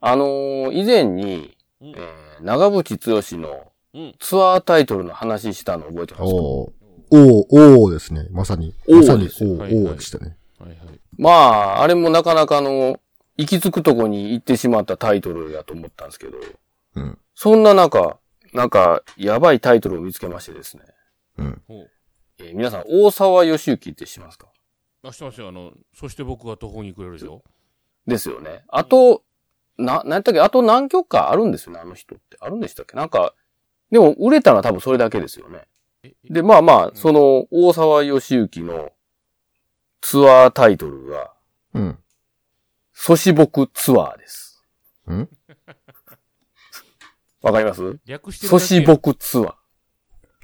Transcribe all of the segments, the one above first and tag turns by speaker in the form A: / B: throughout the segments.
A: あのー以前に、
B: うん
A: えー長渕剛の
B: うん
A: ツアータイトルの話したの覚えてますか
C: おーおーおーですね。まさに。
A: おー
C: まさに、お
B: です
C: ー、
B: はいはい
C: おーでしたね。
B: はいはい。
A: まあ、あれもなかなかの、行き着くとこに行ってしまったタイトルやと思ったんですけど、
C: うん。
A: そんな中、なんか、やばいタイトルを見つけましてですね。
C: うん。
B: ほう。
A: えー皆さん、大沢義之って知ってますか
B: あ、してますよ。あの、そして僕は途方に暮れるでしょ。
A: ですよね。あと、な、なんやったっけあと何曲かあるんですよね、あの人って。あるんでしたっけなんか、でも、売れたのは多分それだけですよね。
B: え、
A: で、まあまあ、
B: ん
A: その、大沢義之のツアータイトルが、
C: うん。
A: ソシボクツアーです。
C: ん
A: わかります
B: 略してる
A: ソ
B: だけ
A: シ
B: やん
A: ボクツアー。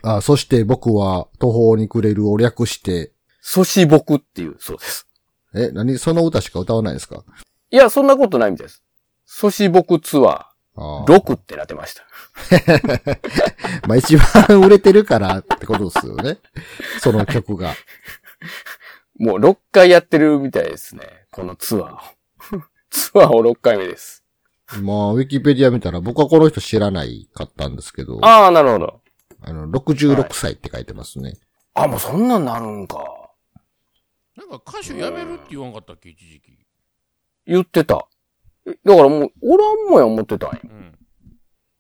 C: あ、そして僕は途方に暮れるを略して、
A: ソシボクっていう、そうです。
C: え、何その歌しか歌わないんですか
A: いや、そんなことないみたいです。ソシボクツア
C: あ
A: ー、
C: ー
A: 6ってなってました。
C: まあ一番売れてるからってことですよね。 その曲が。
A: もう6回やってるみたいですね。このツアーを。 ツアーを6回目です。
C: まあ、ウィキペディア見たら僕はこの人知らないかったんですけど、あ
A: ああ、なるほど。
C: の、66歳って書いてますね。
A: あ、もうそんなんなるんか。
B: なんか歌手辞めるって言わんかったっけ、一時期。
A: 言ってた。えだからもう、おらんもんや思ってたんよ。
B: うん。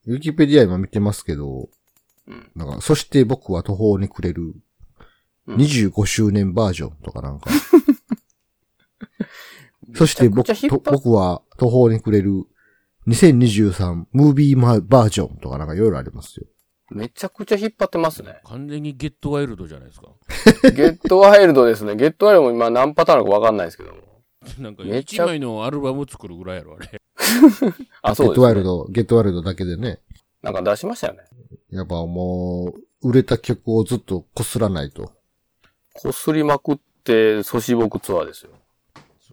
C: ウィキペディア今見てますけど、
A: うん
C: なんか、そして僕は途方に暮れる、
A: うん
C: 25周年バージョンとかなんか。そして僕
A: めちゃくちゃ引
C: と
A: っ張っ
C: 僕は途方に暮れる、2023ムービーマーバージョンとかなんかいろいろありますよ。
A: めちゃくちゃ引っ張ってますね。
B: 完全にゲットワイルドじゃないですか。
A: ゲットワイルドですね。ゲットワイルドも今何パターンあるかわかんないですけども。
B: なんか
A: めち
B: 一
A: ゃ
B: 枚のアルバム作るぐらいやろ、あれ。
A: あ、
C: ゲ
A: そう
C: ッ
A: で
C: ト
A: す、
C: ワイル
A: ね。
C: ド、ゲットワイルドだけでね。
A: なんか出しましたよね。
C: やっぱもう、売れた曲をずっとこすらないと。
A: こすりまくって、ソシボクツアーですよ。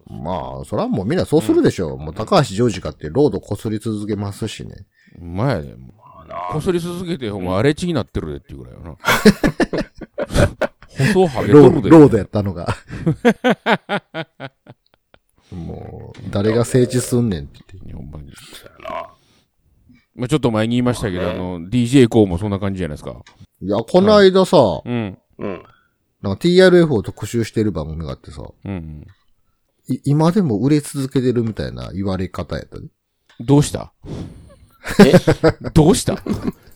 C: まあ、そらもうみんなそうするでしょう。もう高橋ジョージかってロードこすり続けますしね。
B: まやで、もう
A: まあな
B: こすり続けて、ほんま荒れ地になってるでっていうぐらいやな。 細はげ
C: ロ
B: とる
C: ー
B: で。
C: ロードやったのが。 もう、誰が整地すんねんって言って。
B: ほんまに。
A: そうやな
B: まあちょっと前に言いましたけど、あの、DJ コーもそんな感じじゃないですか。
C: いや、この間さ、
B: うん。
A: うん。
C: なんか TRF を特集してる番組があってさ、
B: うん。
C: い今でも売れ続けてるみたいな言われ方やったね。
B: どうした
A: え
B: どうした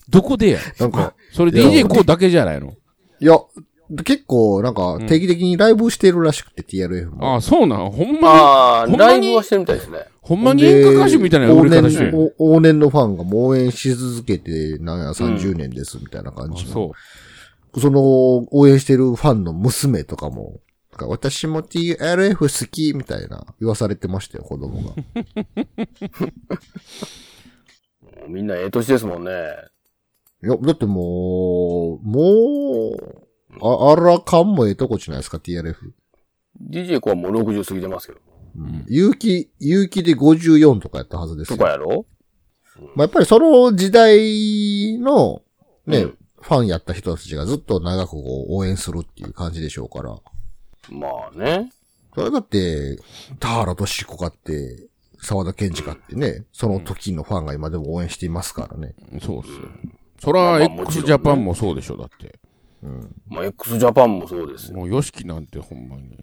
B: どこでや
C: なんか、
B: それ
C: いや
B: DJ コーだけじゃないの
C: いや、結構なんか定期的にライブしてるらしくて、TRF も。
B: ああ、そうなん。ほんま
A: あ
B: ほ
A: あ、
B: んま
A: ラ
B: に
A: イブはしてるみたいですね。
B: ほんまに演歌歌手みたいな売れ方して
C: で
B: る。
C: 往年往年のファンがもう応援し続けて、なんや30年ですみたいな感
B: あ
C: じの、
B: そ
C: その、応援してるファンの娘とかも、なんか私も TRF 好きみたいな言わされてましたよ、子供 が。
A: みんなええ年ですもんね。
C: いや、だってもう、もう、あ、あらかんもええとこじゃないですか、TRF。
A: DJ コはもう60過ぎてますけど。
B: うん
C: 有機、有機で54とかやったはずです
A: と
C: よ。
A: かやろ
C: まあ、やっぱりその時代の、ね、
A: うん
C: ファンやった人たちがずっと長くこう応援するっていう感じでしょうから。
A: まあね。
C: それだって、田原俊子かって、沢田健二かってね、その時のファンが今でも応援していますからね。
B: う。そうっすよ。そら、
A: まあもち
B: x
A: ろん
B: ジャパンもそうでしょ、だって。
A: まあ、x ジャパンもそうですよ。
B: もう、ヨシキなんてほんまに。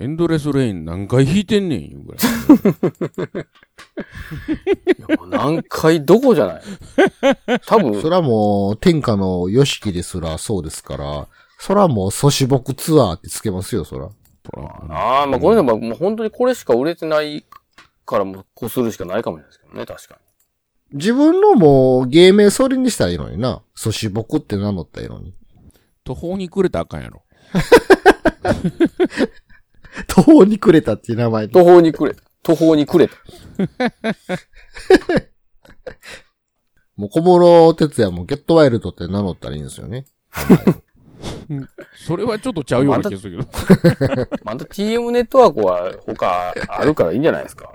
B: エンドレスレイン何回弾いてんねん、いうぐらい。
A: いやもう何回どこじゃない多分、
C: そらもう、天下の良しきですらそうですから、そらもう、ソシボクツアーってつけますよ、そら。
B: そら
A: ああ、まあこれでも、もう本当にこれしか売れてないから、もうこするしかないかもしれないですけどね、確か
C: 自分のもう、芸名それにしたらいいのにな。ソシボクって名乗ったらいいのに。
B: 途方に暮れたらあかんやろ。
C: 途方にくれたっていう名前
A: に。途方にくれた。途方にくれた。
C: もう小室哲也もゲットワイルドって名乗ったらいいんですよね。
B: それはちょっとちゃうような気がするけど。
A: また TM ネットワークは他あるからいいんじゃないですか。